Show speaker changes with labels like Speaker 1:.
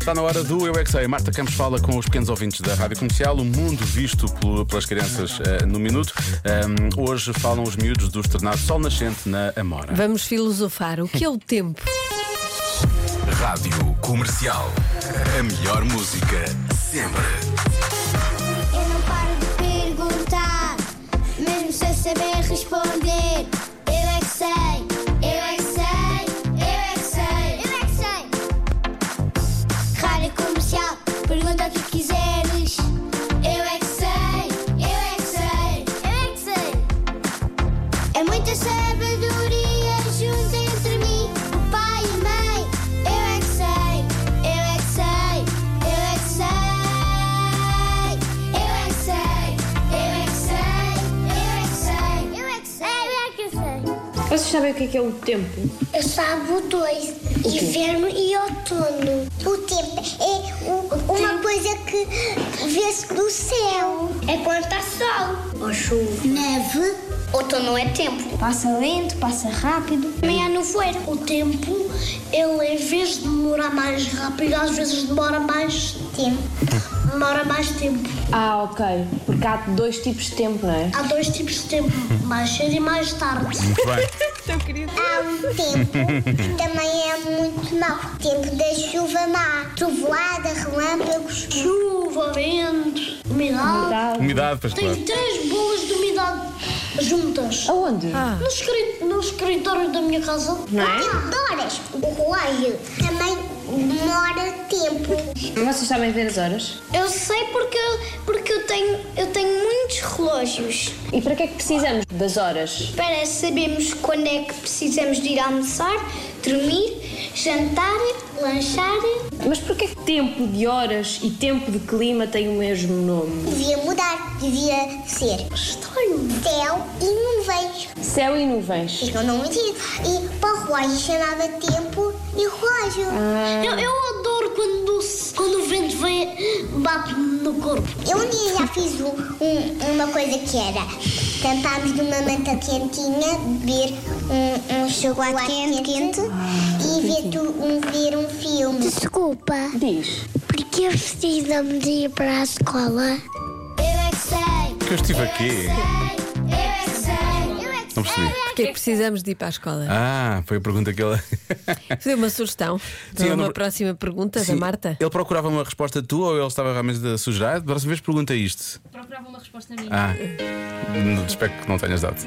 Speaker 1: Está na hora do Eu é que Sei. Marta Campos fala com os pequenos ouvintes da Rádio Comercial, o mundo visto pelo- pelas crianças eh, no minuto. Ahm, hoje falam os miúdos do Estrenado Sol Nascente na Amora.
Speaker 2: Vamos filosofar. O que é o tempo?
Speaker 3: Rádio Comercial. A melhor música sempre.
Speaker 4: Eu não paro de perguntar, mesmo sem saber responder. Eu é que sei, eu é que sei, eu é que sei, eu é que sei. Rádio comercial, pergunta o que quiseres. Eu é que sei, eu é que sei, eu é que sei. É muita sabedoria junta entre mim, o pai e a mãe. Eu é que sei, eu é que sei, eu é que sei. Eu é que sei, eu é que sei, eu é que sei, eu é que sei, eu é que sei.
Speaker 5: Vocês sabem o que é, que é o tempo?
Speaker 4: Eu sabo dois, inverno e outono. O tempo é uma coisa que vê-se do céu. É quando está sol. Ou chuva. Neve. Outono é tempo. Passa lento, passa rápido. Também há nevoeiro. O tempo, ele em vez de demorar mais rápido, às vezes demora mais tempo. Demora mais tempo.
Speaker 5: Ah, ok. Porque há dois tipos de tempo, não é?
Speaker 4: Há dois tipos de tempo, mais cedo e mais tarde.
Speaker 1: Muito bem.
Speaker 4: Há um tempo que também é muito mau. Tempo da chuva má. Trovoada, relâmpagos. Chuva, vento, umidade.
Speaker 5: Tá.
Speaker 1: Umidade, pois claro.
Speaker 4: Tem três bolas de umidade juntas.
Speaker 5: Aonde?
Speaker 4: No, escrit- no escritório da minha casa.
Speaker 5: Não é?
Speaker 4: Horas. O relógio também demora tempo.
Speaker 5: Vocês sabem ver as horas?
Speaker 4: Eu sei porque, porque eu, tenho, eu tenho muitos relógios.
Speaker 5: E para que é que precisamos das horas?
Speaker 4: para sabermos quando é que precisamos de ir almoçar, dormir, jantar, lanchar.
Speaker 5: Mas porquê que tempo de horas e tempo de clima têm o mesmo nome?
Speaker 4: Devia mudar, devia ser estranho. Céu e nuvens.
Speaker 5: Céu e nuvens.
Speaker 4: Ficam não medido. E para o relógio chamava tempo e relógio.
Speaker 5: Ah.
Speaker 4: Eu, eu adoro quando, quando o vento vem, bate no corpo. Eu um dia já fiz um- um- uma coisa que era tentarmos numa manta quentinha beber um, um chocolate quente, e ver, tu- um, ver um filme.
Speaker 6: Ah, Desculpa,
Speaker 5: Diz.
Speaker 6: porque precisamos ir um para a escola?
Speaker 4: Eu é que sei.
Speaker 1: Que eu estive aqui.
Speaker 4: Eu é que sei. Eu é que
Speaker 1: Não percebi.
Speaker 2: Porquê que precisamos de ir para a escola?
Speaker 1: Ah, foi a pergunta que ele.
Speaker 2: Fazer uma sugestão para
Speaker 1: eu
Speaker 2: uma
Speaker 1: não-
Speaker 2: próxima pergunta
Speaker 1: Sim,
Speaker 2: É da Marta.
Speaker 1: Ele procurava uma resposta tua ou ele estava realmente a sugerir? Ah, Da próxima vez pergunta isto.
Speaker 7: Procurava uma resposta minha.
Speaker 1: Ah, espero que não tenhas dado.